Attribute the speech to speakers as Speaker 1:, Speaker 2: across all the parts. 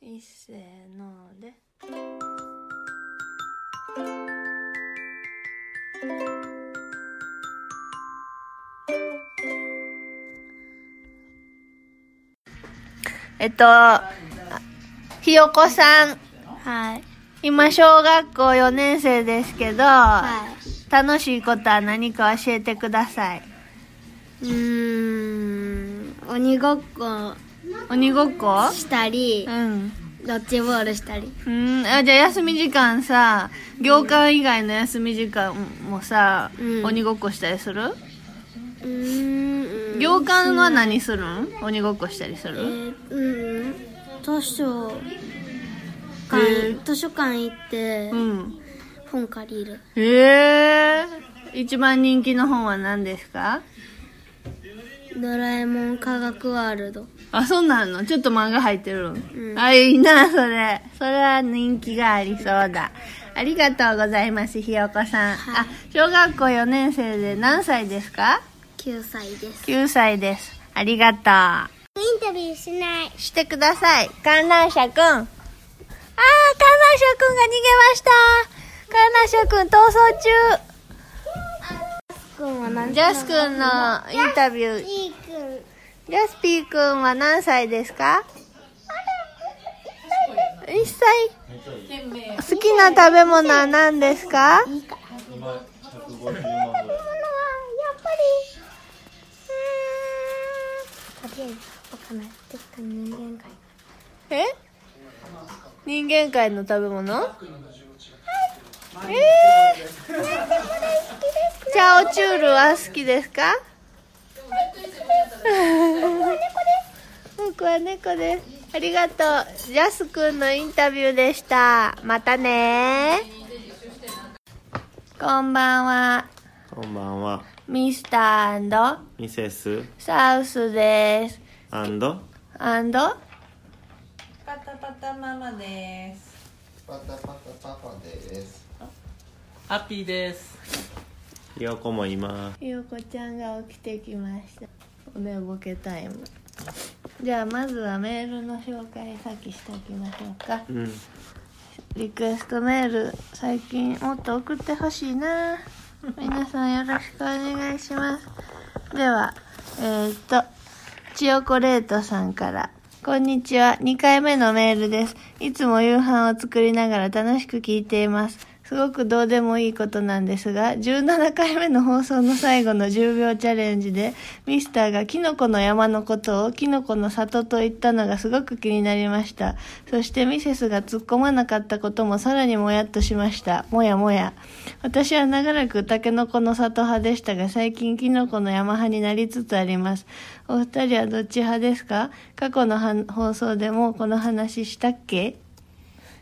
Speaker 1: いっせーので
Speaker 2: えっと、あひよこさん、
Speaker 1: はい
Speaker 2: 今小学校4年生ですけど、
Speaker 1: はい
Speaker 2: 楽しいことは何か教えてください。
Speaker 1: うーん鬼ごっこ
Speaker 2: 鬼ごっこ
Speaker 1: したり
Speaker 2: うん。
Speaker 1: ドッジボールしたり
Speaker 2: うん、あじゃあ休み時間さ、業界以外の休み時間もさ、
Speaker 1: うん
Speaker 2: 鬼ごっこしたりする
Speaker 1: うーん
Speaker 2: 行間は何するん鬼ごっこしたりす
Speaker 1: え
Speaker 2: る
Speaker 1: ー、うん図書館、図書館行って
Speaker 2: うん。
Speaker 1: 本借りる
Speaker 2: へえー、一番人気の本は何ですか
Speaker 1: 「ドラえもん科学ワールド
Speaker 2: あ、そうなのちょっと漫画入ってるの、
Speaker 1: うん
Speaker 2: あ、いいな、それ。それは人気がありそうだ。ありがとうございます、ひよこさん。
Speaker 1: はい
Speaker 2: あ、小学校4年生で何歳ですか」
Speaker 1: 9歳ですイ
Speaker 2: ?9 歳です。ありがと。
Speaker 1: ンタビューしないう
Speaker 2: してください、観覧車くん。あー、観覧車くんが逃げました。観覧車くん逃走
Speaker 1: くんは
Speaker 2: 中。
Speaker 1: 何
Speaker 2: ジャスくんのインタビュー。
Speaker 1: いいくん
Speaker 2: ジャスピーくんは何歳ですか一歳好きな食べ物は何ですか
Speaker 1: やっぱりうーんわかんないどっか人間界
Speaker 2: え人間界の食べ物えー、チャオチュールは好きですか僕は猫ですありがとうジャスくんのインタビューでしたまたねこんばんは
Speaker 3: こんばんは、
Speaker 2: ミスター
Speaker 3: ミセス
Speaker 2: サウスです
Speaker 3: アンド
Speaker 2: アンド
Speaker 4: パタパタママです。
Speaker 5: パタパタパパです。
Speaker 6: ハッピーです。
Speaker 3: ひよこもいます。
Speaker 2: ひよこちゃんが起きてきましたお寝ぼけタイムじゃあまずはメールの紹介先しておきましょうか
Speaker 3: うん、
Speaker 2: リクエストメール最近もっと送ってほしいな皆さんよろしくお願いしますではえー、っとチヨコレートさんからこんにちは2回目のメールですいつも夕飯を作りながら楽しく聞いていますすごくどうでもいいことなんですが17回目の放送の最後の10秒チャレンジでミスターがキノコの山のことをキノコの里と言ったのがすごく気になりましたそしてミセスが突っ込まなかったこともさらにもやっとしましたもやもや私は長らくタケノコの里派でしたが最近キノコの山派になりつつありますお二人はどっち派ですか過去のは放送でもこの話したっけ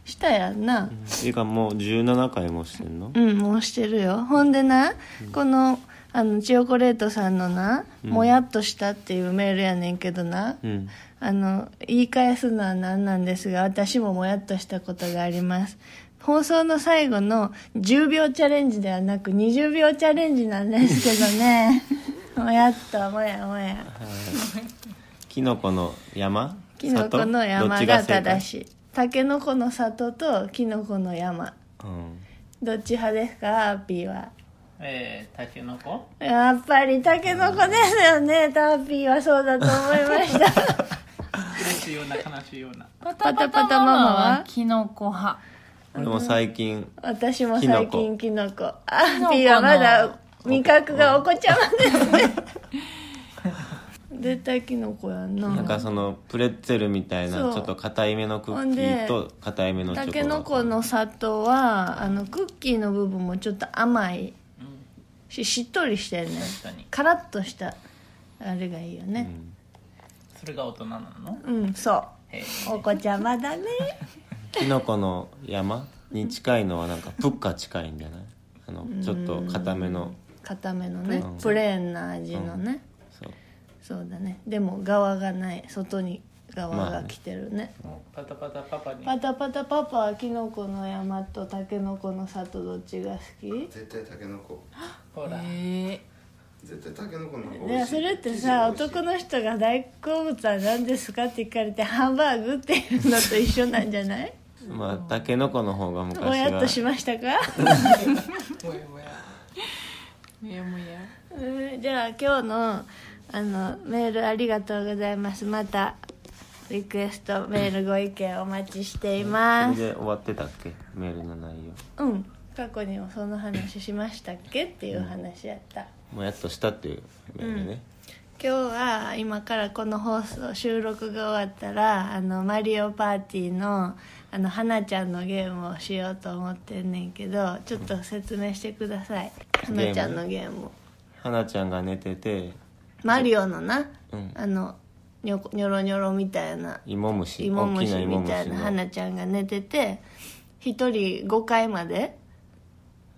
Speaker 2: したやんな、
Speaker 3: ていうかもう17回もしてんの
Speaker 2: うん、もうしてるよ。ほんでな、この、あの、チョコレートさんのな、
Speaker 3: うん
Speaker 2: もやっとしたっていうメールやねんけどな、
Speaker 3: うん、
Speaker 2: あの、言い返すのは何なんですが、私ももやっとしたことがあります。放送の最後の10秒チャレンジではなく20秒チャレンジなんですけどね。 もやっと、もやもや。
Speaker 3: キノコの山
Speaker 2: キノコの山が正しい。タケノコの里とキノコの山。
Speaker 3: 里ど
Speaker 2: ど
Speaker 3: っちが正解うん、
Speaker 2: っち派ですかアーピーは。
Speaker 6: えー、タケノコ
Speaker 2: やっぱりタケノコですよね。ターピーはそうだと思いました。
Speaker 6: 嬉しいような、悲しいような。
Speaker 4: パ
Speaker 2: タ パタママは
Speaker 4: キノコ派。
Speaker 3: 俺も最近
Speaker 2: 私も最近キノコ。アーピー
Speaker 4: キノ
Speaker 2: は
Speaker 4: コの
Speaker 2: まだ味覚がお子ちゃまですね。絶対キノコやんな。
Speaker 3: なんかそのプレッツェルみたいな
Speaker 2: そう
Speaker 3: ちょっと硬いめのクッキー
Speaker 2: ほん
Speaker 3: と硬いめのチョコ
Speaker 2: タ
Speaker 3: が
Speaker 2: ケノコの里はあのクッキーの部分もちょっと甘い
Speaker 6: うん、
Speaker 2: ししっとりしてるね
Speaker 6: 確かに。
Speaker 2: カラッとしたあれがいいよね
Speaker 6: それが大人なの
Speaker 2: うん、そう
Speaker 6: へえ。
Speaker 2: お子ちゃまだね
Speaker 3: キノコの山に近いのはなんかプッカ近いんじゃないあのちょっと硬めの
Speaker 2: 固めのね
Speaker 3: うん
Speaker 2: プレーンな味のね、
Speaker 3: そう
Speaker 2: そうだねでも側がない外に側
Speaker 3: まあ
Speaker 2: が
Speaker 3: ね
Speaker 2: 来てるね,、
Speaker 6: パタパタパパに。
Speaker 2: パタパタパパはキノコの山とタケノコの里どっちが好き
Speaker 5: 絶対タケノコ。
Speaker 6: ほら。
Speaker 4: え
Speaker 5: 絶対タケノコの方が美
Speaker 2: で
Speaker 5: 味しい
Speaker 2: それってさ
Speaker 5: 生地
Speaker 2: 男
Speaker 5: が美味しい
Speaker 2: の人が大好物は何ですかって聞かれてハンバーグっていうのと一緒なんじゃない
Speaker 3: まあタケノコの方が昔
Speaker 2: ぼやっ
Speaker 3: は
Speaker 2: としましたか、
Speaker 4: もやもやもやもや
Speaker 2: うんじゃあ今日のあのメールありがとうございますまたリクエストメールご意見お待ちしていま
Speaker 3: そ
Speaker 2: す
Speaker 3: れで終わってたっけメールの内容
Speaker 2: うん過去にもその話しましたっけっていう話やった
Speaker 3: もうやっとしたっていうメールね、
Speaker 2: 今日は今からこの放送収録が終わったらあのマリオパーティーのあの花ちゃんのゲームをしようと思ってんねんけどちょっと説明してください
Speaker 3: うん
Speaker 2: 花ちゃんのゲーム
Speaker 3: はなちゃんが寝てて
Speaker 2: マリオのな、
Speaker 3: うん
Speaker 2: あのにょこにょろにょろみたいな
Speaker 3: 芋虫
Speaker 2: イモム
Speaker 3: 大きな
Speaker 2: シ
Speaker 3: 芋
Speaker 2: み
Speaker 3: 虫
Speaker 2: たい
Speaker 3: の
Speaker 2: な花ちゃんが寝てて一人5回まで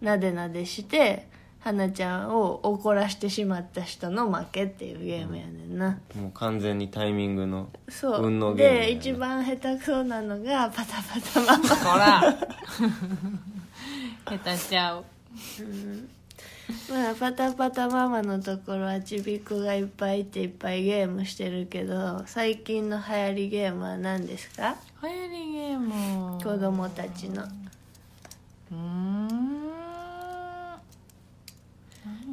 Speaker 2: なでなでして花ちゃんを怒らしてしまった人の負けっていうゲームやねんな、
Speaker 3: もう完全にタイミングの
Speaker 2: そう
Speaker 3: 運のゲームだ
Speaker 2: で
Speaker 3: よね
Speaker 2: 一番下手くそなのがパタパタママ
Speaker 4: ほら下手しちゃう
Speaker 2: まあパタパタママのところはちびっこがいっぱいいていっぱいゲームしてるけど最近の流行りゲームは何ですか
Speaker 4: 流行りゲーム
Speaker 2: 子供たちの
Speaker 4: うーん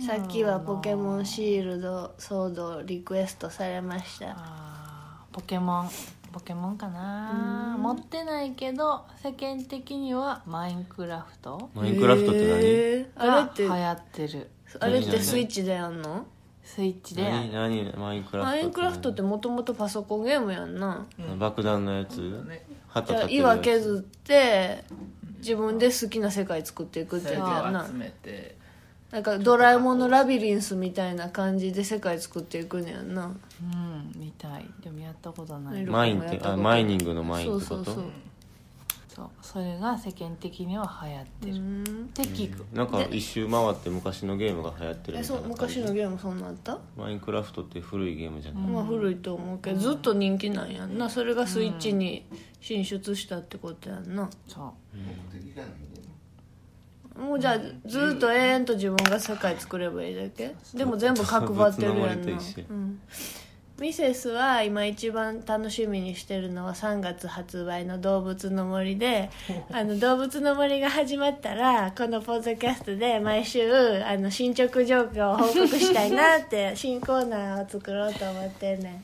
Speaker 2: さっきはポケモンシールドソードリクエストされました
Speaker 4: あーポケモンポケモンかな持ってないけど世間的にはマインクラフト
Speaker 3: マインクラフトって何、
Speaker 2: えーあれ
Speaker 4: が
Speaker 2: って
Speaker 4: 流行ってる
Speaker 2: あれってスイッチでやんの
Speaker 4: スイッチで
Speaker 3: 何何マインクラフト
Speaker 2: マインクラフトって
Speaker 3: 何
Speaker 2: もともとパソコンゲームやんな
Speaker 3: 爆弾のやつ、
Speaker 6: ね
Speaker 3: 旗
Speaker 2: じゃあ
Speaker 3: 立てる
Speaker 2: 岩
Speaker 3: やつ
Speaker 2: 削って自分で好きな世界作っていくって
Speaker 6: 材
Speaker 2: や
Speaker 6: 料
Speaker 2: つやんな
Speaker 6: 集めて
Speaker 2: なんかドラえもんのラビリンスみたいな感じで世界作っていくのやんな
Speaker 4: うんみたいでもやったことない
Speaker 3: マインってあマイニングのマインってこと
Speaker 2: そうそう
Speaker 4: そうそれが世間的には流行ってる、
Speaker 2: そうう
Speaker 4: っ
Speaker 2: ん
Speaker 4: て聞く
Speaker 3: なんか一周回って昔のゲームが流行ってる
Speaker 2: え
Speaker 3: みた
Speaker 2: そ
Speaker 3: いうな感
Speaker 2: 昔
Speaker 3: じ
Speaker 2: のゲームそんなんあった、
Speaker 3: マインクラフトって古いゲームじゃない、
Speaker 2: まあ古いと思うけどずっと人気なんやんなそれがスイッチに進出したってことやんな
Speaker 4: そ
Speaker 5: 目的がないね
Speaker 2: もうじゃあずっと永遠と自分が世界作ればいいだけでも全部角張ってるや
Speaker 3: 動
Speaker 2: ん
Speaker 3: 物
Speaker 2: な
Speaker 3: の森と一緒
Speaker 2: うんミセスは今一番楽しみにしてるのは3月発売の「動物の森で」あの動物の森が始まったらこのポッドキャストで毎週あの進捗状況を報告したいなって新コーナーを作ろうと思ってんね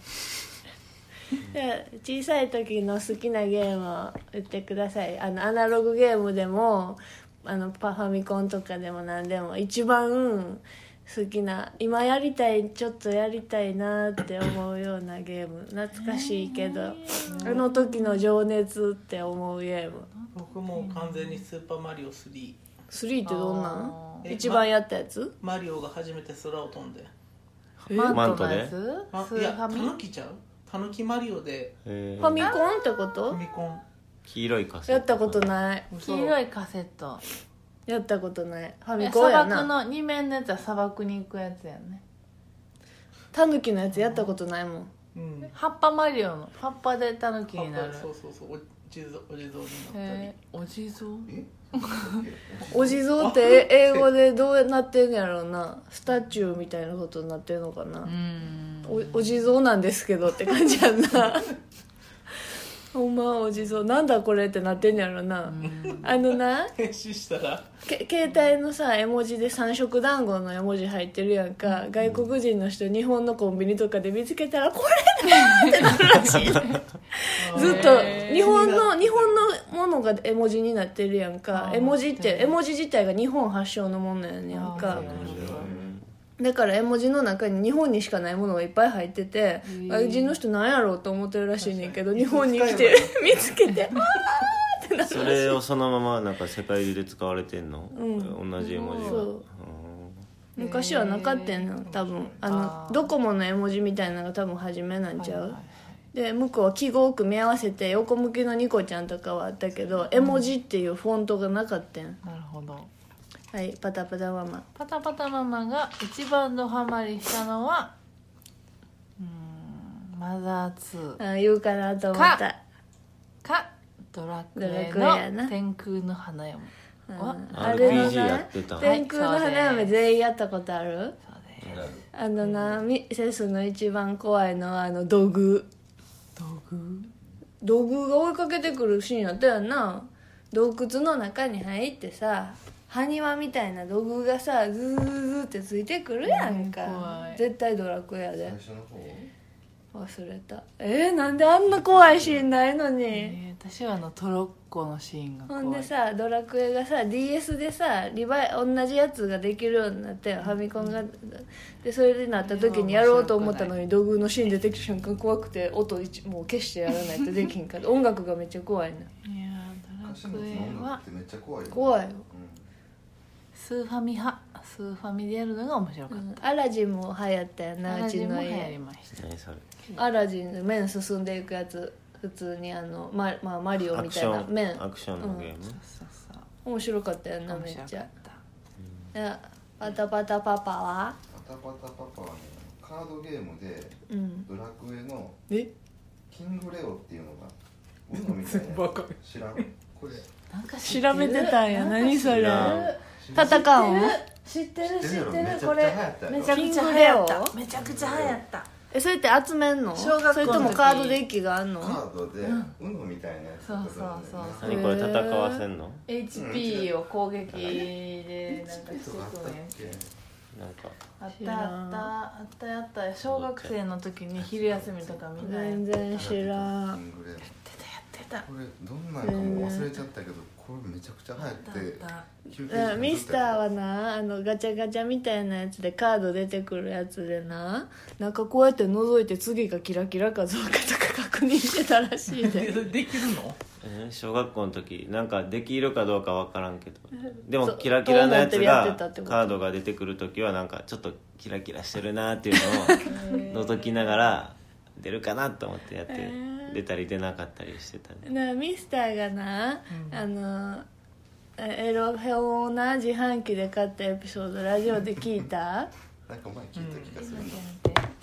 Speaker 2: んで小さい時の好きなゲームを言ってくださいあのアナログゲームでもあのパファミコンとかでも何でも一番好きな今やりたいちょっとやりたいなって思うようなゲーム懐かしいけど、あの時の情熱って思うゲーム
Speaker 6: 僕もう完全に「スーパーマリオ3」
Speaker 2: 3ってどんなん
Speaker 4: あ
Speaker 6: ー
Speaker 2: 一番やったやつ
Speaker 6: マリオが初めて空を飛んで
Speaker 4: う
Speaker 3: え
Speaker 4: マントのやつス
Speaker 6: あい
Speaker 4: ー
Speaker 6: や
Speaker 4: ファ
Speaker 6: タ
Speaker 4: ミ
Speaker 6: ヌキちゃうタヌキマリオで
Speaker 3: え
Speaker 2: ファ
Speaker 3: ー、
Speaker 2: ミコンってこ
Speaker 6: ファ
Speaker 2: と
Speaker 6: ミコン
Speaker 3: 黄色いカセ
Speaker 2: やったこと
Speaker 3: い
Speaker 2: ない
Speaker 6: 嘘
Speaker 4: 黄色いカセット
Speaker 2: やったことないファ
Speaker 4: え
Speaker 2: ミコン
Speaker 4: 砂
Speaker 2: や
Speaker 4: 漠
Speaker 2: な
Speaker 4: の二面のやつは砂漠に行くやつやね
Speaker 2: タヌキのやつやったことないもん
Speaker 6: うん
Speaker 4: 葉っぱマリオの葉っぱでタヌキになる
Speaker 6: そうそうそうお地蔵お地蔵になったり
Speaker 4: へえお地蔵
Speaker 5: え
Speaker 2: お地蔵ってえ英語でどうなってんやろうなスタチューみたいなことになってんのかな
Speaker 4: うん
Speaker 2: おお地蔵なんですけどって感じやん なほんまお地蔵なんだこれってなってんやろなあのな
Speaker 6: 編集したら
Speaker 2: け携帯のさ絵文字で三色団子の絵文字入ってるやんか外国人の人日本のコンビニとかで見つけたらこれだってなるらしい ずっと日本の日本のものが絵文字になってるやんか
Speaker 4: あー
Speaker 2: 絵文字って
Speaker 4: うん
Speaker 2: 絵文字自体が日本発祥のものやねんやん
Speaker 4: あ
Speaker 2: か
Speaker 4: ーなるほど
Speaker 2: だから絵文字の中に日本にしかないものがいっぱい入ってて
Speaker 4: ー
Speaker 2: 外人の人なんやろうと思ってるらしいねんけど日
Speaker 6: 確か
Speaker 2: 本
Speaker 6: に
Speaker 2: に来て見つけて
Speaker 3: それをそのままなんか世界中で使われてんの、
Speaker 2: ん
Speaker 3: 同じ絵文字が
Speaker 2: そう
Speaker 3: うん
Speaker 2: 昔はなかったんの多分あの
Speaker 4: あー
Speaker 2: ドコモの絵文字みたいなのが多分初めなんちゃう、
Speaker 4: はいはい
Speaker 2: で向こうは記号を組み合わせて横向きのニコちゃんとかはあったけど絵文字っていうフォントがなかったん
Speaker 4: なるほど
Speaker 2: はいパタパタママ
Speaker 4: パタパタママが一番ドハマりしたのはうーんマザー2
Speaker 2: あ言うかなと思った
Speaker 4: かドラクエ
Speaker 2: ドラクエやな
Speaker 4: の天空の花嫁
Speaker 2: うん
Speaker 4: は
Speaker 2: あれの
Speaker 3: RPG やってた
Speaker 2: な天空の花嫁全員やったことある
Speaker 4: そうで
Speaker 2: あのなミセスの一番怖いのはあの土偶土偶土偶が追いかけてくるシーンやったやんな洞窟の中に入ってさ埴輪みたいな土偶がさズーズーズーってついてくるやん
Speaker 4: うん
Speaker 2: か
Speaker 4: 怖い
Speaker 2: 絶対ドラクエやで
Speaker 5: 最初の方
Speaker 2: 忘れたえー、なんであんな怖いシーンないのに、
Speaker 4: えー私はあのトロッコのシーンが
Speaker 2: ほ
Speaker 4: 怖い
Speaker 2: んでさドラクエがさ DS でさリバイ同じやつができるようになってファミコンがでそれでなった時にやろうと思ったのに道具のシーン出てきた瞬間怖くて音一もう消してやらないとできんから音楽がめっちゃ怖いない
Speaker 4: や
Speaker 5: 昔
Speaker 4: ー
Speaker 5: の
Speaker 4: ドラクエ
Speaker 5: 音
Speaker 4: は
Speaker 5: 楽ってめっちゃ怖いよ
Speaker 2: 怖いよ、
Speaker 4: スーファミ派スーファミでやるのが面白か
Speaker 2: う
Speaker 4: っ
Speaker 2: んアラジンも流行ったよ
Speaker 4: た
Speaker 2: なう
Speaker 4: 同
Speaker 2: ち
Speaker 4: じも
Speaker 2: の
Speaker 4: 流行り
Speaker 2: 家
Speaker 4: ました
Speaker 3: 何それ
Speaker 2: アラジンで面進んでいくやつ普通にあの、ままあ、マリオ
Speaker 3: ア
Speaker 2: み
Speaker 3: クシ
Speaker 2: たいな面
Speaker 3: ョンアクションのゲーム、
Speaker 4: そうそう
Speaker 2: 面白かったよな
Speaker 4: 面
Speaker 2: めっ
Speaker 4: 白
Speaker 2: ち
Speaker 4: か
Speaker 2: ゃ
Speaker 4: った
Speaker 2: でパタパタパパは
Speaker 5: パタパタパパはねカードゲームで
Speaker 2: うん
Speaker 5: ドラクエの
Speaker 2: え
Speaker 5: キングレオっていうのがウノみたいな
Speaker 6: バカ
Speaker 5: 知らんこれ
Speaker 4: なんか知
Speaker 2: 調べてたんや何それ
Speaker 3: いや
Speaker 2: 戦うん
Speaker 4: 知ってる
Speaker 5: 知ってるやろめちゃくち
Speaker 4: これめちゃくちゃ
Speaker 5: ゃ流行ったやろ
Speaker 4: 流行っためちゃくちゃ流行った
Speaker 2: えそれって集めんの
Speaker 4: 小学校の時
Speaker 2: それともカードデッキがあんの
Speaker 5: カードでウノみたいなやつとか
Speaker 4: そうそうそ
Speaker 3: 何これ戦わせんの
Speaker 4: HP を攻撃でなんかしてい
Speaker 5: とかあっ
Speaker 4: く
Speaker 5: たっ
Speaker 4: ね
Speaker 5: け
Speaker 3: なんか
Speaker 4: あったあったあったあった小学生の時に昼休みとかみんなやっ
Speaker 2: 全
Speaker 4: て
Speaker 2: 然知ら
Speaker 5: キ
Speaker 2: ん
Speaker 5: ングレオ
Speaker 4: たやっ
Speaker 5: これどんなんかもう忘れちゃったけどこれめちゃくちゃ流行って
Speaker 4: てたあった
Speaker 5: 休憩時間
Speaker 2: うんミスター
Speaker 5: ずっ
Speaker 2: はなあのガチャガチャみたいなやつでカード出てくるやつでななんかこうやって覗いて次がキラキラかどうかとか確認してたらしい
Speaker 6: で
Speaker 2: で
Speaker 6: できるの
Speaker 3: えー小学校の時なんかできるかどうか分からんけどで
Speaker 2: そ
Speaker 3: も
Speaker 2: う
Speaker 3: キラキラなや
Speaker 2: どう思っ
Speaker 3: つが
Speaker 2: てやってたってこと
Speaker 3: カードが出てくる時はなんかちょっとキラキラしてるなっ ていうのを覗きながら出るかなと思ってやって
Speaker 2: ー
Speaker 3: 出たり出なかったりしてたね
Speaker 2: なミスターがな、あのエロヘオをな自販機で買ったエピソードラジオで聞いた
Speaker 5: となんか前聞いた気がするな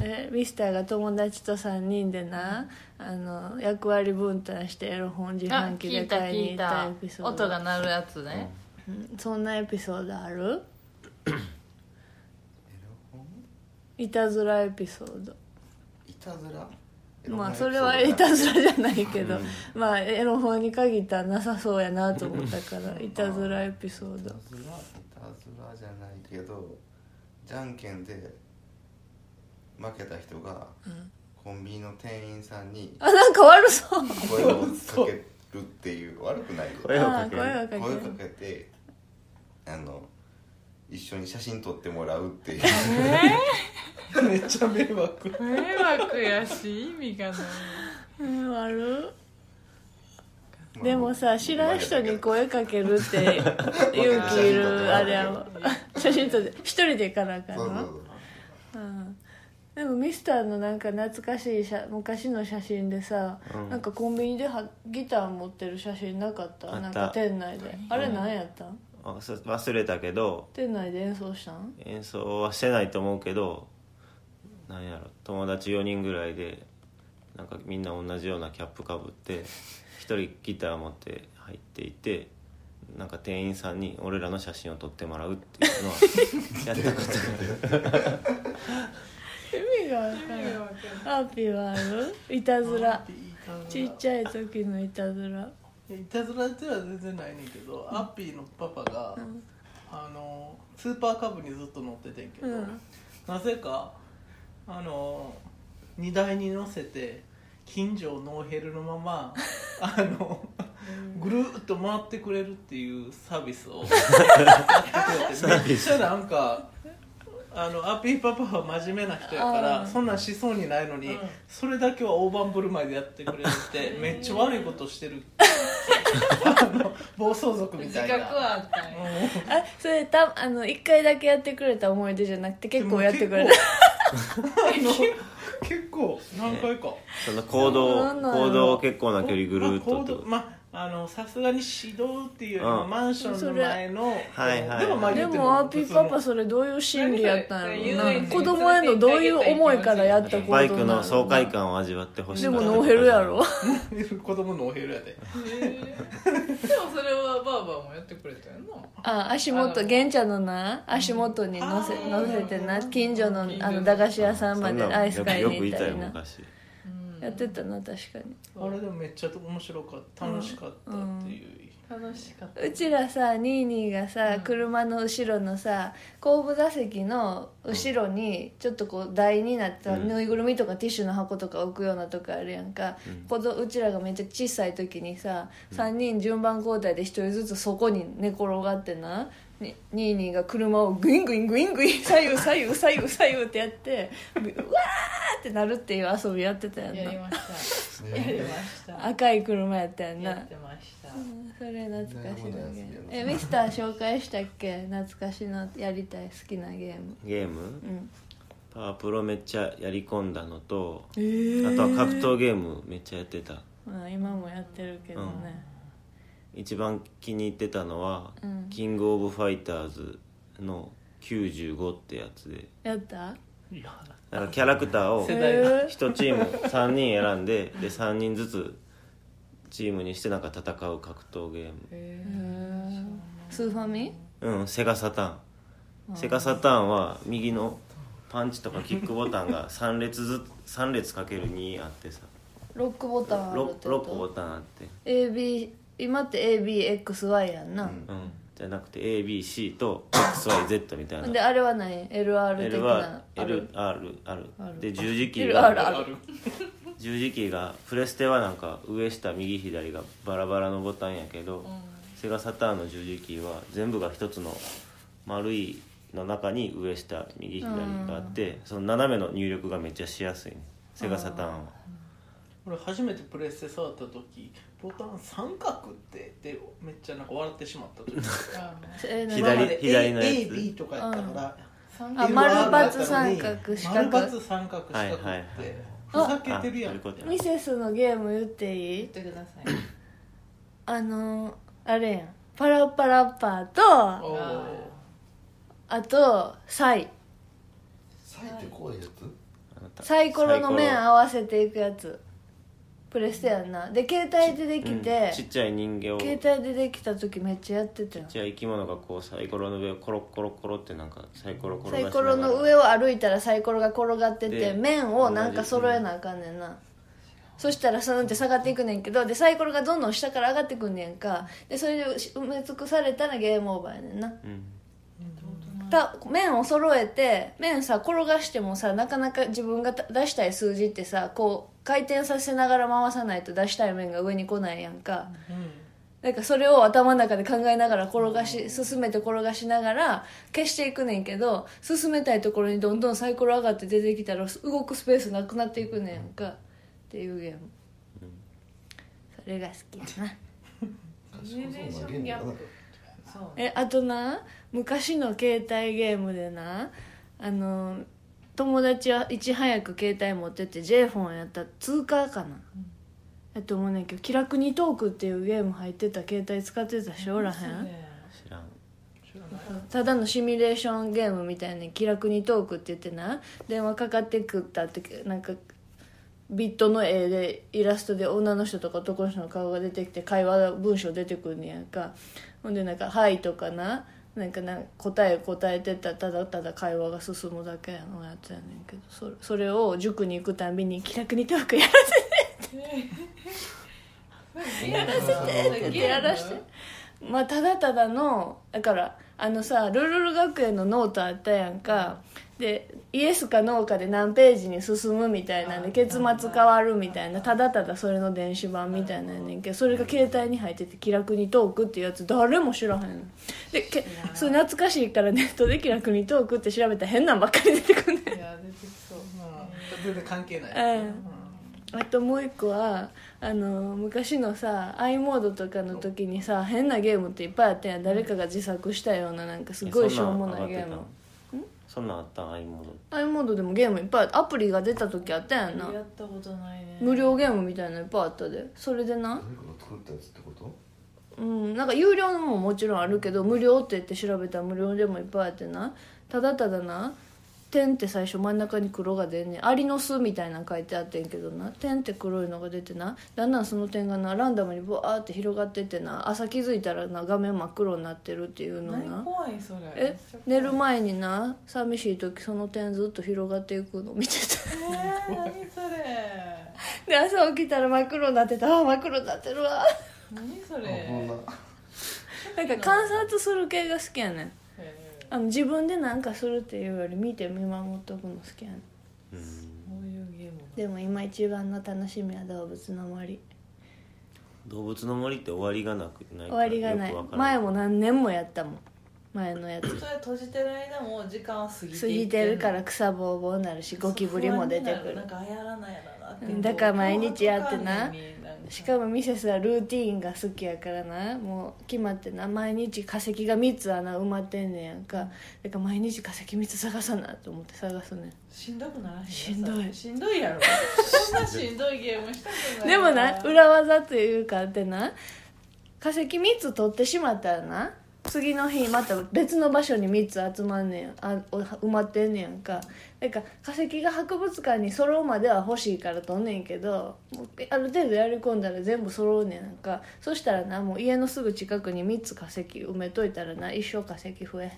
Speaker 2: えミスターが友達と3人でなあの役割分担してエロ本自
Speaker 4: あ
Speaker 2: 販機
Speaker 4: 聞
Speaker 2: で
Speaker 4: いた
Speaker 2: 買い
Speaker 4: 聞
Speaker 2: に行
Speaker 4: い
Speaker 2: った
Speaker 4: た
Speaker 2: エピソード
Speaker 4: 音が鳴るやつね
Speaker 2: うんそんなエピソードある
Speaker 5: エロ本
Speaker 2: いたずらエピソー
Speaker 5: いたずらエ
Speaker 2: ド
Speaker 5: ロ本
Speaker 2: ま
Speaker 5: エ
Speaker 2: あ
Speaker 5: ピソ
Speaker 2: そ
Speaker 5: ード
Speaker 2: れは
Speaker 5: だ
Speaker 2: いたずらじゃないけど、まあエロ本に限ったらなさそうやなと思ったからいたずらエピソー
Speaker 5: い
Speaker 2: ド
Speaker 5: たずらいたずらじゃないけどじゃんけんで負けた人が、コンビニの店員さんに
Speaker 2: あなんか悪そう
Speaker 5: 声をかけるっていう悪くないよ
Speaker 3: 声をかけ
Speaker 2: あ声
Speaker 3: る
Speaker 2: をかけ
Speaker 5: 声をかけてあの一緒に写真撮ってもらうっていうい
Speaker 6: めっちゃ迷惑
Speaker 4: 迷惑やし意味がない
Speaker 2: うん悪 でもさ知らん人に声かけるって勇気いるあれやわ写真撮って一人で行かなあかん
Speaker 5: そ
Speaker 2: の
Speaker 5: うそうそう
Speaker 2: うんでもミスターのなんか懐かしい写昔の写真でさ、
Speaker 3: うん
Speaker 2: なんかコンビニではギター持ってる写真なかった
Speaker 3: あった
Speaker 2: なんか店内であれ何やったん、
Speaker 3: あそ忘れたけど
Speaker 2: 店内で演奏したん
Speaker 3: 演奏はしてないと思うけどなんやろ友達4人ぐらいでなんかみんな同じようなキャップかぶって1人ギター持って入っていてなんか店員さんに俺らの写真を撮ってもらうっていう のはやったこと
Speaker 2: 意味がわからんアーピーはあるいたずらちっちゃい時のいたずら
Speaker 6: いやいたずらでは全然ないねんけど、アッピーのパパが、あのスーパーカブにずっと乗っててんけど、
Speaker 2: うん
Speaker 6: なぜかあの荷台に乗せて近所をノーヘルのま まあのぐるーっと回ってくれるっていうサービスを やってくれてめっちゃなんかあのアッピーパパは真面目な人やからそんなんしそうにないのに、それだけは大盤振る舞いでやってくれる ってめっちゃ悪いことしてるあの暴走族み
Speaker 4: 自
Speaker 6: たい
Speaker 4: 覚
Speaker 6: な。
Speaker 4: はあったんや
Speaker 6: うん
Speaker 2: あそれたあの1回だけやってくれた思い出じゃなくて結構やってくれた
Speaker 6: でも結構あの結構何回か
Speaker 3: その行動
Speaker 2: そうなんだ
Speaker 3: 行動を結構な距離ぐるーっと
Speaker 6: まあ
Speaker 3: って
Speaker 6: 行
Speaker 3: こ
Speaker 6: 動まああのさすがに指導っていうよりも
Speaker 3: うん
Speaker 6: マンションの前の
Speaker 3: はいはい
Speaker 6: でもまあ
Speaker 2: で
Speaker 6: 言って
Speaker 2: もア
Speaker 6: も
Speaker 2: ーピーパパ
Speaker 6: 普通
Speaker 2: それどういう心理やったんやろ
Speaker 4: う
Speaker 2: なん子供へのどういう思いからやった行動
Speaker 3: バ
Speaker 2: な
Speaker 3: イクの爽快
Speaker 2: 感
Speaker 3: 感を味わってほしい
Speaker 2: でもノーヘルやろ
Speaker 6: の子供のお部屋で
Speaker 2: でもそれはバーバーもやってくれたよなあ足元玄ちゃんのな足元に乗せ乗せてな近所のあの駄菓子屋さんまでアイス買い
Speaker 3: よく
Speaker 2: に
Speaker 3: 言い
Speaker 2: 行ったた
Speaker 3: よ
Speaker 2: りな
Speaker 3: 昔
Speaker 2: やってたな確かに
Speaker 6: あれでもめっちゃ面白かった楽しかったっていう、
Speaker 4: 楽しかった
Speaker 2: うちらさニーニーがさ車の後ろのさ後部座席の後ろにちょっとこう台になった
Speaker 3: うん
Speaker 2: ぬいぐるみとかティッシュの箱とか置くようなとこあるやんか、子どうちらがめっちゃ小さい時にさ3人順番交代で1人ずつそこに寝転がってなにニーニーが車をグイングイングイングイン左右左右左右左右ってやってうわーってなるっていう遊びやってたやん
Speaker 4: やり
Speaker 2: な
Speaker 4: ましたやりました
Speaker 2: 赤い車やったやん
Speaker 4: や
Speaker 2: な
Speaker 4: ってました
Speaker 2: それ懐かしいなゲ
Speaker 5: だいぶ
Speaker 2: ーム
Speaker 5: な
Speaker 2: え
Speaker 5: やつ
Speaker 2: ミスター紹介したっけ懐かしのやりたい好きなゲーム
Speaker 3: ゲーム
Speaker 2: うん
Speaker 3: パワープロめっちゃやり込んだのと、あとは格闘ゲームめっちゃやってた
Speaker 2: まあ今もやってるけどね、
Speaker 3: 一番気に入ってたのは、
Speaker 2: うん
Speaker 3: キングオブファイターズの95ってやつで
Speaker 2: やった
Speaker 6: いや
Speaker 3: だからキャラクターを
Speaker 6: 世代が
Speaker 2: え
Speaker 3: 1チーム3人選んでで3人ずつチームにしてなんか戦う格闘ゲー
Speaker 2: ー、スーファミ
Speaker 3: ムうんセガサターンセガサターンは右のパンチとかキックボタンが3列ずつ3列かける2あってさ
Speaker 2: ロックボタンある
Speaker 3: 6,
Speaker 2: ってこ
Speaker 3: 6ボ
Speaker 2: と
Speaker 3: タンあって
Speaker 2: AB 今って ABXY やんな、
Speaker 3: うんじゃなくて ABC と XYZ みたいな
Speaker 2: であれは何 ?LR 的
Speaker 3: L
Speaker 2: な
Speaker 3: は
Speaker 2: ある
Speaker 3: LR あるで十字キー
Speaker 2: LR ある
Speaker 3: が十字キーがプレステはなんか上下右左がバラバラのボタンやけど、セガサターンの十字キーは全部が一つの丸いの中に上下右左があって、その斜めの入力がめっちゃしやすいねセガサターンは
Speaker 6: 俺初めてプレステ触った時ボタン三角ってでめっちゃなんか笑ってしまった時
Speaker 2: えー何
Speaker 3: 左
Speaker 6: 今まで
Speaker 3: 左のやつ
Speaker 6: A- AB とかやったから、
Speaker 2: あ
Speaker 6: LR
Speaker 2: 丸
Speaker 6: だっ
Speaker 2: ×
Speaker 6: たの
Speaker 2: 三
Speaker 6: に
Speaker 2: 角四
Speaker 6: 丸
Speaker 2: 角
Speaker 6: ×三角四角って、
Speaker 3: はいはいはい
Speaker 6: ふざけてるや
Speaker 3: あ
Speaker 6: ん
Speaker 3: そういうことや
Speaker 2: ミセスのゲーム言っていい
Speaker 4: 言ってください
Speaker 2: あのーあれやんパラッパラッパーと
Speaker 6: おおー
Speaker 2: あとサイ
Speaker 5: サイってこういうやつ
Speaker 3: あなた
Speaker 2: サイコロの面合
Speaker 3: わ
Speaker 2: わせていくやつプレステやんなで携帯でできて、
Speaker 3: ちっちゃい人形をちっ
Speaker 2: 携帯でできた時めっちゃやってたよ
Speaker 3: ちゃい生き物がこうサイコロの上をコロコロコロってなんかサイコロ
Speaker 2: サ
Speaker 3: 転がし
Speaker 2: イ
Speaker 3: な
Speaker 2: コ
Speaker 3: がら
Speaker 2: ロの上を歩いたらサイコロが転がってて
Speaker 3: で
Speaker 2: 面をなんか揃えなあかんねんなそしたらスンって下がっていくねんけどでサイコロがどんどん下から上がってくんねんかでそれで埋め尽くされたらゲームオーバーやねんな
Speaker 3: うん
Speaker 2: た面を揃えて面さ転がしてもさなかなか自分がた出したい数字ってさこう回転させながら回さないと出したい面が上に来ないやんか、なんかそれを頭の中で考えながら転がし進めて転がしながら消していくねんけど進めたいところにどんどんサイコロ上がって出てきたら動くスペースなくなっていくねんかっていうゲーム、それが好きやな
Speaker 5: 賢そうなゲームやな
Speaker 4: そう
Speaker 2: えあとな昔の携帯ゲームでなあの友達はいち早く携帯持ってって J フォンやった通貨かな、やと思うねんけど「気楽にトーク」っていうゲーム入ってた携帯使ってたしおらへん
Speaker 3: 知らん
Speaker 2: ただのシミュレーションゲームみたいに「気楽にトーク」って言ってな電話かかってくったってなんかビットの絵でイラストで女の人とか男の人の顔が出てきて会話文章出てくるんねやんかほんでなんか「はい」とかななんかな答え答えてたらただただ会話が進むだけやのやつやねんけどそれそれを塾に行くたんびに「気楽にトークやらせて」
Speaker 5: やらせ
Speaker 2: って言ってやらしてまあただただのだからあのさルルル学園のノートあったやんかでイエスかノーかで何ページに進むみたいなんで結末変わるみたいなただただそれの電子版みたいなんやねんけどそれが携帯に入ってて「気楽にトーク」っていうやつ誰も知らへんのでけそう懐かしいからネットで「気楽にトーク」って調べたら変なんばっかり出てくんねん
Speaker 4: いや出てきそう
Speaker 6: まあ全然関係ない、
Speaker 2: あともう一個はあの昔のさ i モードとかの時にさ変なゲームっていっぱいあったやん誰かが自作したようななんかすごいしょうもないゲーム
Speaker 3: えそんなん上がってそんなんあったんアイモード
Speaker 2: アイモードでもゲームいっぱいあったアプリが出た時あったやんな
Speaker 4: やったことないね
Speaker 2: 無料ゲームみたいなのいっぱいあったでそれでな
Speaker 5: 誰かが作ったやつってこと
Speaker 2: うんなんか有料のももちろんあるけど無料って言って調べたら無料でもいっぱいあってなただただな点って最初真ん中に黒が出んねんアリの巣みたいなの書いてあってんけどな点って黒いのが出てなだんだんその点がなランダムにブワーって広がってってな朝気づいたらな画面真っ黒になってるっていうの
Speaker 4: 何
Speaker 2: な
Speaker 4: 怖いそれ
Speaker 2: え寝る前にな寂しい時その点ずっと広がっていくの見てた
Speaker 4: えー、何そ れ
Speaker 2: で朝起きたら真っ黒になってたあー真っ黒になってるわ
Speaker 4: 何そ
Speaker 5: あほ
Speaker 4: れ
Speaker 5: んな
Speaker 2: なんか観察する系が好きやねん
Speaker 4: えー
Speaker 2: あの自分で何かするっていうより見て見守っとくの好きやねん
Speaker 3: うん
Speaker 4: こういうゲーム
Speaker 2: でも今一番の楽しみは動物の森
Speaker 3: 動物の森って終わりがなくな
Speaker 2: 終
Speaker 3: いから
Speaker 2: わりがない
Speaker 3: よくわから
Speaker 2: 前も何年もやったもん前のやつ
Speaker 4: それ閉じてる間も時間は過ぎて
Speaker 2: 過ぎてるから草ぼうぼうになるしゴキブリも出てくる
Speaker 4: なんかあやらないやらなって
Speaker 2: うんだから毎日やってなしか
Speaker 4: も
Speaker 2: もミセスはルーティーンが好きやからなもう決まってな毎日化石が3つ穴埋まってんねんやんかだから毎日化石3つ探さなと思って探すね
Speaker 4: しんどくならへん
Speaker 2: しんどい
Speaker 4: しんどい やろそんなしんどいゲームしたく
Speaker 2: ん
Speaker 4: ない
Speaker 2: で
Speaker 4: わ
Speaker 2: もな裏技というかってな化石3つ取ってしまったらな次の日また別の場所に3つ集まんねんあお埋まってんねやんかだから化石が博物館に揃うまでは欲しいから取んねんけどもうある程度やり込んだら全部揃うねんなんかそしたらなもう家のすぐ近くに3つ化石埋めといたらな一生化石増えへんね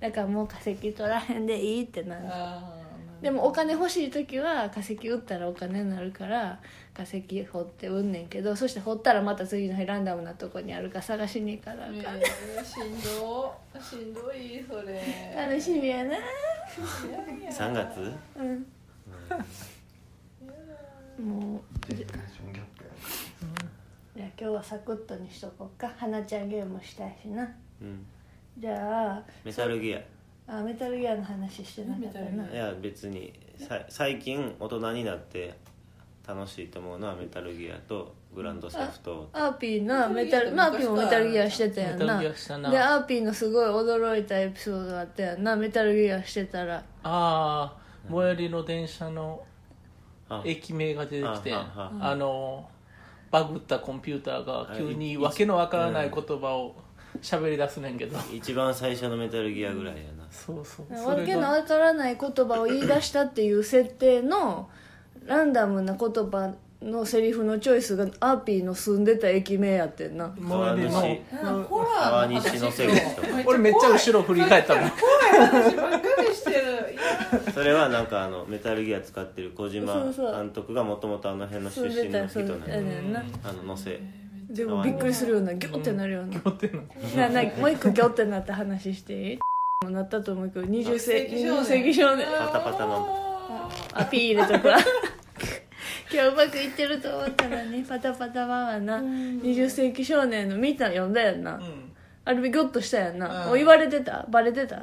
Speaker 2: んだからもう化石取らへんでいいってなる
Speaker 4: あー
Speaker 2: でもお金欲しい時は化石売ったらお金になるから化石掘って売んねんけどそして掘ったらまた次の日ランダムなとこにあるか探しに行かなあかん
Speaker 4: えーしんどしんどいそれ
Speaker 2: 楽しみやな
Speaker 3: 3月
Speaker 2: うんも
Speaker 5: ジェネレーションギャップや
Speaker 2: うじゃあ今日はサクッとにしとこうか花ちゃんゲームしたいしな
Speaker 3: うん
Speaker 2: じゃ
Speaker 3: メタルギア
Speaker 2: ああメタルギアの話してなかった
Speaker 4: メタルギ
Speaker 2: な
Speaker 4: ア
Speaker 3: いや別にさ最近大人になって楽しいと思うのはメタルギアとグランドセフト
Speaker 2: アーピーなメタルまあアーピーもメタルギアしてたやん
Speaker 6: メタ
Speaker 2: な
Speaker 6: ルギアしたな
Speaker 2: でアーピーのすごい驚いたエピソードがあったやんなメタルギアしてたら
Speaker 6: ああ最寄りの電車の
Speaker 3: あ
Speaker 6: 駅名が出てきて
Speaker 3: ああ
Speaker 6: あのバグったコンピューターが急に訳のわからない言葉を喋り出すねんけど
Speaker 3: 一番最初のメタルギアぐらいやな
Speaker 6: そうそうそ
Speaker 2: わ
Speaker 6: れ
Speaker 2: けの
Speaker 6: が
Speaker 2: わからない言葉を言い出したっていう設定のランダムな言葉のセリフのチョイスがアーピーの住んでた駅名やってんな
Speaker 3: 川
Speaker 6: 最寄り
Speaker 3: 西
Speaker 6: の
Speaker 4: なんかホラー
Speaker 3: 川
Speaker 4: の話
Speaker 3: 西の
Speaker 4: 今日
Speaker 3: せいですよ
Speaker 6: 俺めっちゃ後ろ振り返ったもん
Speaker 4: 話ばっかりしてるいや
Speaker 3: それはなんかあのメタルギア使ってる小島
Speaker 2: そうそう
Speaker 3: 監督がもともとあの辺の
Speaker 2: 住
Speaker 3: 出
Speaker 2: んで
Speaker 3: 身の
Speaker 2: た
Speaker 3: 人
Speaker 2: 住ん
Speaker 3: なん
Speaker 2: でたや
Speaker 3: で
Speaker 2: ねんな
Speaker 3: あののせ
Speaker 2: でもびっくりするようなギョってなるような
Speaker 6: 持ってんの
Speaker 2: ななもう一個ギョってなった話していいもなったと思うけど20世紀
Speaker 4: あ
Speaker 2: 20世紀少年
Speaker 3: パタパタの
Speaker 2: アピールとか 今日うまくいってると思ったらねパタパタマンはな20世紀少年の見た読んだやんな、
Speaker 6: うん
Speaker 2: あれビョッとしたやんな、
Speaker 6: うん
Speaker 2: もう言われてたバレてた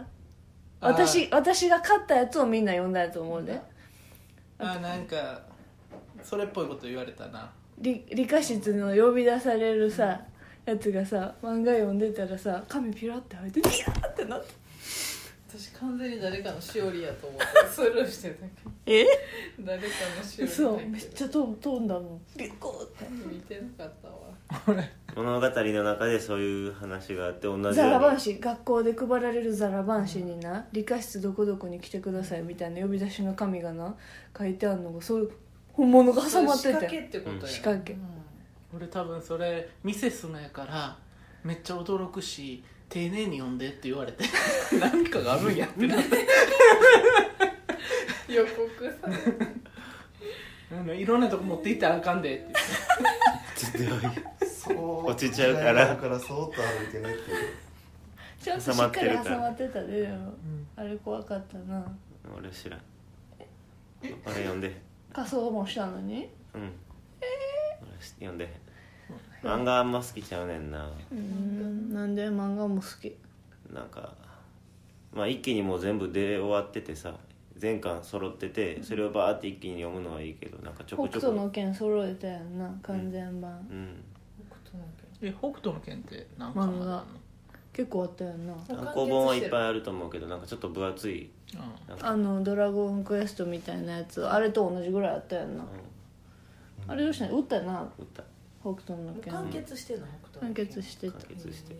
Speaker 6: あー
Speaker 2: 私私が勝ったやつをみんな呼んだやと思うで
Speaker 6: あなんかそれっぽいこと言われたな
Speaker 2: 理理科室の呼び出されるさやつがさ漫画読んでたらさ髪ピラって生えてビヤーってなって
Speaker 4: 私完全に誰かのしおりやと思ってスルーしてたけど
Speaker 2: え
Speaker 4: 誰かのしおり
Speaker 2: そう
Speaker 4: だ
Speaker 2: めっ
Speaker 4: け
Speaker 2: ちゃ飛ん飛んだもんビコーって
Speaker 4: ど見てなかったわ
Speaker 3: 物語の中でそういう話があって同じ
Speaker 2: ザ
Speaker 3: よ
Speaker 2: ラバ
Speaker 3: う
Speaker 2: ン
Speaker 3: に
Speaker 2: シ学校で配られるザラバンシにな、理科室どこどこに来てくださいみたいな呼び出しの紙がな書いてあるのがそういう本物が挟まって
Speaker 4: そうい
Speaker 2: て
Speaker 4: う仕掛けってことや
Speaker 2: 仕掛け
Speaker 6: 俺多分それミセスのやからめっちゃ驚くし丁寧に読んでって言われて 何かがあるんやってなって
Speaker 4: 予告されて
Speaker 6: うんいろんなとこ持って行ったらあかんでって言って
Speaker 5: そう
Speaker 3: 落ちちゃうから
Speaker 5: だからそーっと歩いてねっていう
Speaker 2: ちゃんとしっかり挟まってたででもあれ怖かったな
Speaker 3: 俺知らん俺読んで
Speaker 2: 仮装もしたのに
Speaker 3: うん俺読んでへん漫画あんま好きちゃうねんな
Speaker 2: うんなんで漫画も好き
Speaker 3: なんかまあ一気にもう全部出終わっててさ全巻揃っててそれをバーって一気に読むのはいいけどなんかち
Speaker 2: 北
Speaker 3: ょこちょ
Speaker 2: 斗の
Speaker 3: こ
Speaker 2: 拳揃えたやんな完全版、
Speaker 3: うん
Speaker 6: え北斗の拳って何
Speaker 2: 漫画結構あったやんな
Speaker 3: 単行本はいっぱいあると思うけどなんかちょっと分厚い
Speaker 6: うん
Speaker 3: なんか、
Speaker 2: あの「ドラゴンクエスト」みたいなやつあれと同じぐらいあったやんな
Speaker 3: う、
Speaker 2: あれどうしたん打ったよなん
Speaker 3: 打った
Speaker 2: 北斗の拳
Speaker 7: 完結してんの北斗
Speaker 2: 完結してた
Speaker 3: 完結して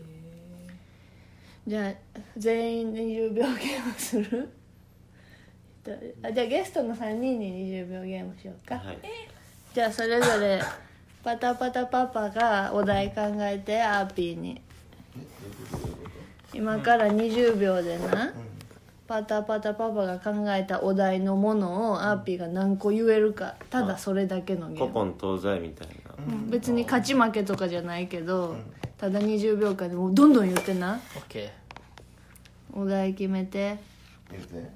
Speaker 2: じゃあ全員20秒ゲームするあじゃあゲストの3人に20秒ゲームしようか、
Speaker 3: はい
Speaker 2: じゃあそれぞれ パタパタパパがお題考えてアーピーに今から20秒でな、パタパタパパが考えたお題のものをアーピーが何個言えるかただそれだけのゲー
Speaker 3: 古
Speaker 2: ム
Speaker 3: 今東西みたいな、
Speaker 2: 別に勝ち負けとかじゃないけど、ただ20秒間でもうどんどん言ってな
Speaker 6: OK
Speaker 2: お題決めて
Speaker 5: 言って、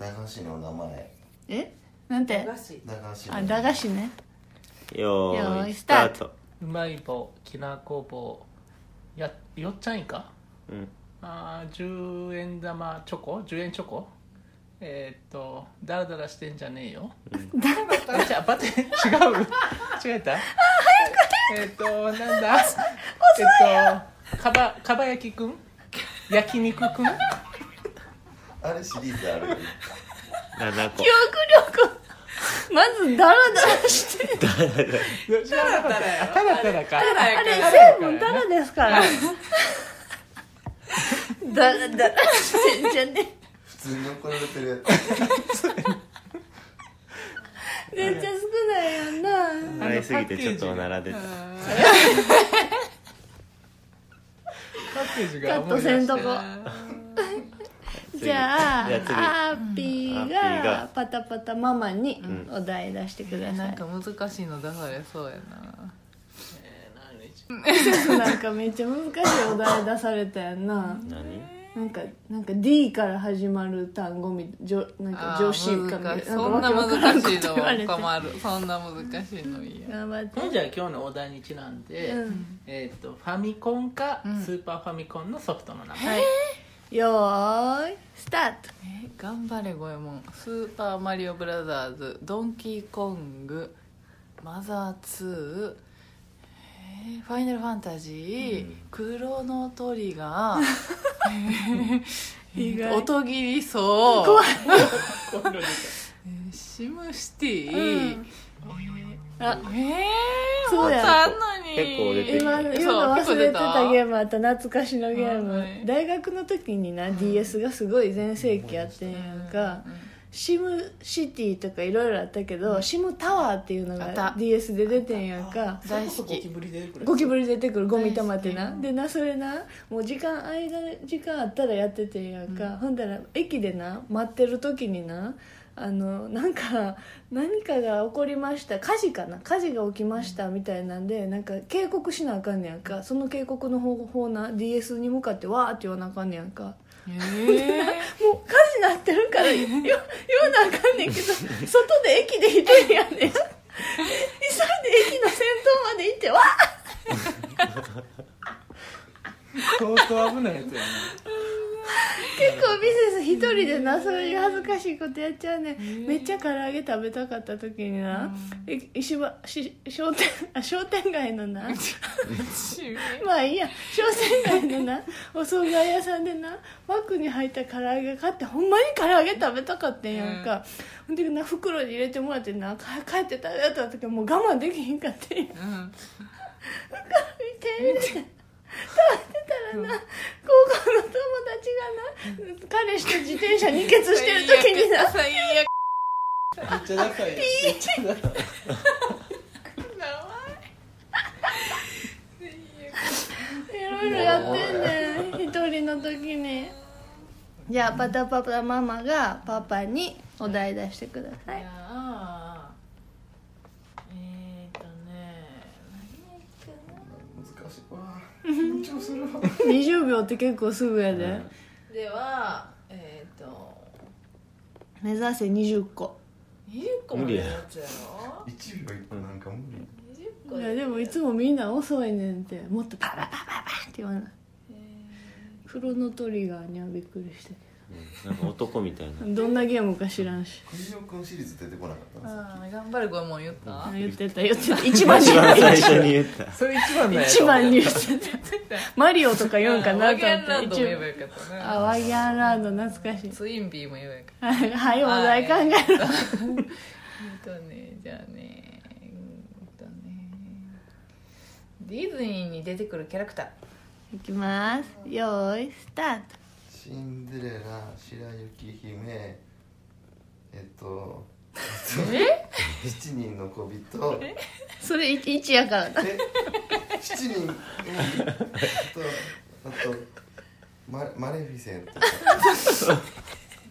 Speaker 5: 駄菓子の名前
Speaker 2: えなんて
Speaker 5: 駄菓子
Speaker 2: あ
Speaker 5: の
Speaker 2: 駄菓子ね
Speaker 3: よ
Speaker 2: よ
Speaker 3: ー
Speaker 2: ー
Speaker 3: い
Speaker 2: い
Speaker 3: スター
Speaker 2: スタ
Speaker 3: ト
Speaker 6: うまい棒きなこ棒やよっちゃんいか
Speaker 3: うん
Speaker 6: あー10円玉チョコ10円チョコえーっとダラダラしてんじゃねえよダラダラじ ゃあ待って違う違えたえーっとなんだえっとかばかば焼きくん焼肉くん
Speaker 5: あれシリーズあるよ
Speaker 3: 7個
Speaker 2: まずダラダラして
Speaker 6: ただただただただか
Speaker 2: あれ線もダラです からダラ ダラしてんじゃね
Speaker 5: 普通に怒られてるやつ
Speaker 2: めっちゃ少ないやんな
Speaker 3: 笑いすぎてちょっとおなら出た
Speaker 6: パッケージ
Speaker 2: カ
Speaker 6: が
Speaker 2: ッ
Speaker 6: 思
Speaker 2: ト
Speaker 6: い出
Speaker 2: せん
Speaker 6: して
Speaker 2: とこ
Speaker 3: 次
Speaker 2: じゃあ
Speaker 3: じゃあ次
Speaker 2: アーピー
Speaker 3: アーピー
Speaker 2: が
Speaker 3: が
Speaker 2: パタパタママに
Speaker 3: ん
Speaker 2: お題出してくださ
Speaker 4: な
Speaker 2: い
Speaker 4: んか難しいの出されそうやな
Speaker 2: なんかめっちゃ難しいお題出されたやんな
Speaker 3: 何
Speaker 2: なんかなんか D から始まる単語みじょなんか
Speaker 4: あー
Speaker 2: 女子かみたい
Speaker 4: 難し
Speaker 2: ないんか
Speaker 4: そん
Speaker 2: わけ
Speaker 4: な
Speaker 2: わから
Speaker 4: 難
Speaker 2: んこ
Speaker 4: しい
Speaker 2: と言われて
Speaker 4: の困るそんな難しいのいいや
Speaker 2: 頑張って
Speaker 6: ほんじゃあ今日のお題にちなんで、
Speaker 2: うん
Speaker 6: えーっとファミコンかスーパーファミコンのソフトの名前、
Speaker 2: はいよーいスタート
Speaker 4: え頑張れゴエモンスーパーマリオブラザーズドンキーコングマザー2えーファイナルファンタジー、クロノトリガーえー
Speaker 2: 意外
Speaker 4: 音切りそう 怖いシムシティ、
Speaker 2: うんあ
Speaker 4: えー、
Speaker 2: そうや
Speaker 4: もっとあんのに
Speaker 3: 結構出てる
Speaker 2: 今言うの忘れてたゲームあった懐かしのゲーム、
Speaker 4: はい
Speaker 2: 大学の時にな、DS がすごい全盛期あってんやんか、シムシティとかいろいろあったけど、シムタワーっていうの
Speaker 4: あった
Speaker 2: DS で出てんやんか
Speaker 4: 大好
Speaker 6: ゴキ
Speaker 4: き
Speaker 6: ブリ出てくる
Speaker 2: ゴキブリ出てくるゴミ玉ってなでなそれなもう時間間時間あったらやっててんやんか、ほんだら駅でな待ってる時になあのなんか何かが起こりました火事かな火事が起きましたみたいなんでなんか警告しなあかんねやんかその警告の方法な DS に向かってわーって言わなあかんねやんか
Speaker 4: えー
Speaker 2: もう火事なってる からよ言わなあかんねんけど外で駅で一人 やねん急いで駅の先頭まで行ってわー
Speaker 6: 相当危ないやつや
Speaker 2: 結構ビジネス一人でなそういう恥ずかしいことやっちゃうねんめっちゃ唐揚げ食べたかった時にな、え石破し商店 あ商店街の なまあいいや商店街のなお惣菜屋さんでなバッグに入った唐揚げ買ってほんまに唐揚げ食べたかったんやんか、ほんでな袋に入れてもらってなか帰って食べようと思った時もう我慢できへんかったんや
Speaker 4: うん
Speaker 2: 見て見て食べてたらな、高校の友達がな彼氏と自転車にケツ してる時にな
Speaker 4: 最悪
Speaker 6: なめっちゃ仲いいめっちゃ仲いい
Speaker 2: いろいろやってんねん一人の時にじゃあパタパタママがパパにお題出してくださ
Speaker 4: じ
Speaker 2: い
Speaker 4: ゃあえーとね
Speaker 5: 難しいわ緊張するわ
Speaker 2: 20秒って結構すぐやで
Speaker 4: 何ではえーと
Speaker 2: 目指せ20個
Speaker 4: 20個ものやつやろ
Speaker 5: 1秒1個なんか無理
Speaker 4: 20個
Speaker 2: いやでもいつもみんな遅いねんってもっとパパパパパって言わないクロノトリガーにはびっくりしたけど
Speaker 3: うん、なんか男みたい な
Speaker 2: どんなゲームか知らんし
Speaker 5: 国尾くんシリーズ出てこなかったんですよ
Speaker 4: あー頑張れ五右衛門言った
Speaker 2: あ言ってた言ってた一番
Speaker 3: 一
Speaker 2: に
Speaker 3: 番最初に言った
Speaker 6: それ一番だよ
Speaker 2: 一番に言ってたマリオとか言うんかな
Speaker 4: ワ
Speaker 2: と
Speaker 4: ギャンラ
Speaker 2: 思っ
Speaker 4: ンド
Speaker 2: て
Speaker 4: も言
Speaker 2: 一番
Speaker 4: えばよかったね
Speaker 2: あワイヤーランド懐かしい
Speaker 4: ツインビーも言えばよかっ
Speaker 2: はいはいお題考えろ
Speaker 4: たえっとねじゃあねうんとねディズニーに出てくるキャラクター
Speaker 2: いきますよーいスタート
Speaker 5: シンデレラ白雪姫えっと7人の小人え
Speaker 2: それ1やからな
Speaker 5: 7人うんあとあとママレフィセント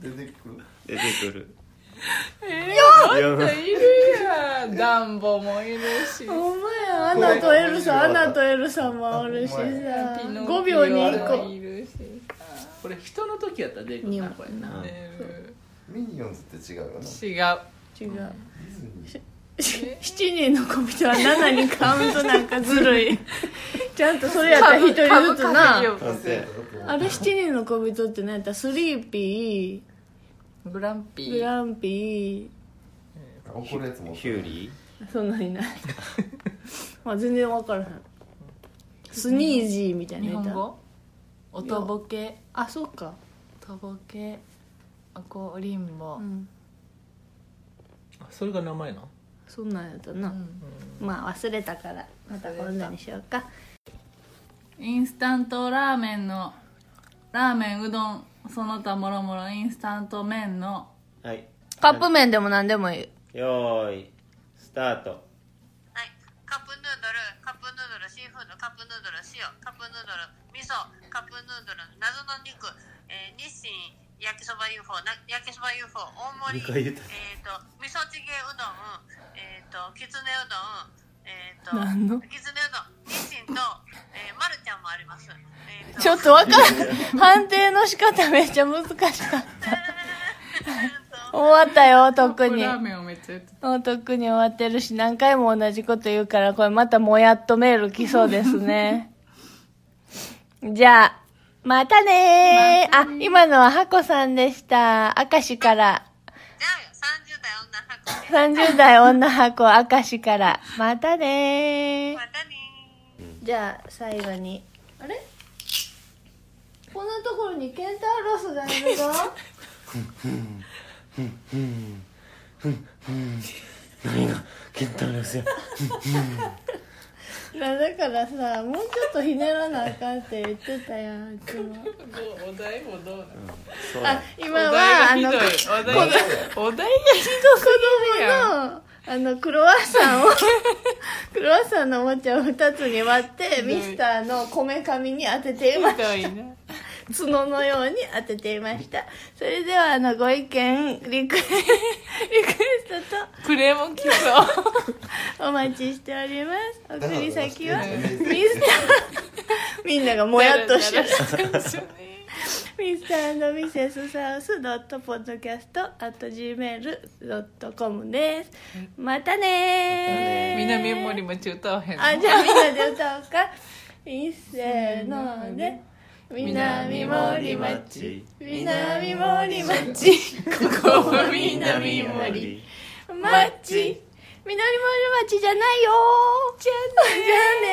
Speaker 5: 出てくる
Speaker 3: 出てくる
Speaker 4: いるやんダンボもいるし
Speaker 2: お前アナとエルサアナとエルサもおるしさ
Speaker 5: お前
Speaker 4: ピノキオ
Speaker 2: 5秒に1個
Speaker 4: いるし
Speaker 6: これ人の時やったらでき
Speaker 2: に
Speaker 6: る
Speaker 2: も
Speaker 6: なこれな
Speaker 4: ね
Speaker 5: ミニオンズって違うよなディズ
Speaker 4: 違う
Speaker 2: 違う
Speaker 5: ニー
Speaker 2: 7人の小人は7にカウントなんかずる いちゃんとそれやったら1人ずつな
Speaker 5: あそうやっただって
Speaker 2: あれ7人の小人って何やったスリーピ
Speaker 4: グランピ
Speaker 2: ーグ
Speaker 4: ー
Speaker 2: ランピ
Speaker 5: 怒るやつも
Speaker 3: ヒューリ
Speaker 2: ーそんなんい ないまあ全然分からへんスニージーみたい
Speaker 4: 日
Speaker 2: なのい
Speaker 4: 本
Speaker 2: た
Speaker 4: 語おとぼけ
Speaker 2: あそうか
Speaker 4: とぼけあこりんぼ
Speaker 2: うん
Speaker 6: あそれが名前なの
Speaker 2: そんなんやったな、
Speaker 4: ん
Speaker 2: まあ忘れたからまた今度にしようか
Speaker 4: インスタントラーメンのラーメンうどんその他もろもろインスタント麺の
Speaker 3: ーはい
Speaker 2: カップ麺でも何でもいい
Speaker 3: よーいスタート
Speaker 8: はい、カップヌードル、カップヌードル、シーフード、カップヌードル、塩、カップヌードル、味噌、カップヌードル、謎の肉、えー日清焼きそば UFO、な焼きそば UFO、大
Speaker 3: 二回
Speaker 8: 盛り、
Speaker 3: 言った
Speaker 8: えっ、と、味噌チゲうどん、えっ、と、きつねうどん、えっ、と、
Speaker 2: 何の
Speaker 8: きつねうどん、日清と、えー、まるちゃんもあります。えー
Speaker 2: ちょっとわかん判定の仕方めっちゃ難しかった 終わったよ 特に
Speaker 4: ラーメンをめっちゃ言って
Speaker 2: もう特に終わってるし何回も同じこと言うからこれまたもやっとメール来そうです ねじゃあまたねーあ今のはハコさんでした明石から
Speaker 8: じゃあよ、30代女箱で。
Speaker 2: 30代女箱明石からまたねー
Speaker 8: またねー。
Speaker 2: じゃあ最後にあれこんなところにケンタウロスがいるぞ
Speaker 3: ケンタロスや
Speaker 2: いやだからさもうちょっとひねらなあかんって言ってたやんいつも
Speaker 4: お題もどうなの
Speaker 3: そうや
Speaker 2: 今はあの子
Speaker 4: お題がひどいお題がお題が
Speaker 2: 供のあのクロワッサンをクロワッサンのおもちゃを2つに割ってミスターのこめかみに当てていま
Speaker 4: ひどいな
Speaker 2: 角のように当てていましたそれではあのご意見リクエリクエストと
Speaker 4: クレーム来そう
Speaker 2: お待ちしております。送り先は
Speaker 5: だから
Speaker 2: ミスター。みんながもやっとして る。ミスターミセスサウスドットポッドキャストアット gmail ドットコムです。またねー。
Speaker 4: 南森町歌わへんの
Speaker 2: あじゃあみんなで歌おうか。いっせーのね。南森町。南森町。ここは南森。マッチ南丸マッチじゃないよじゃあね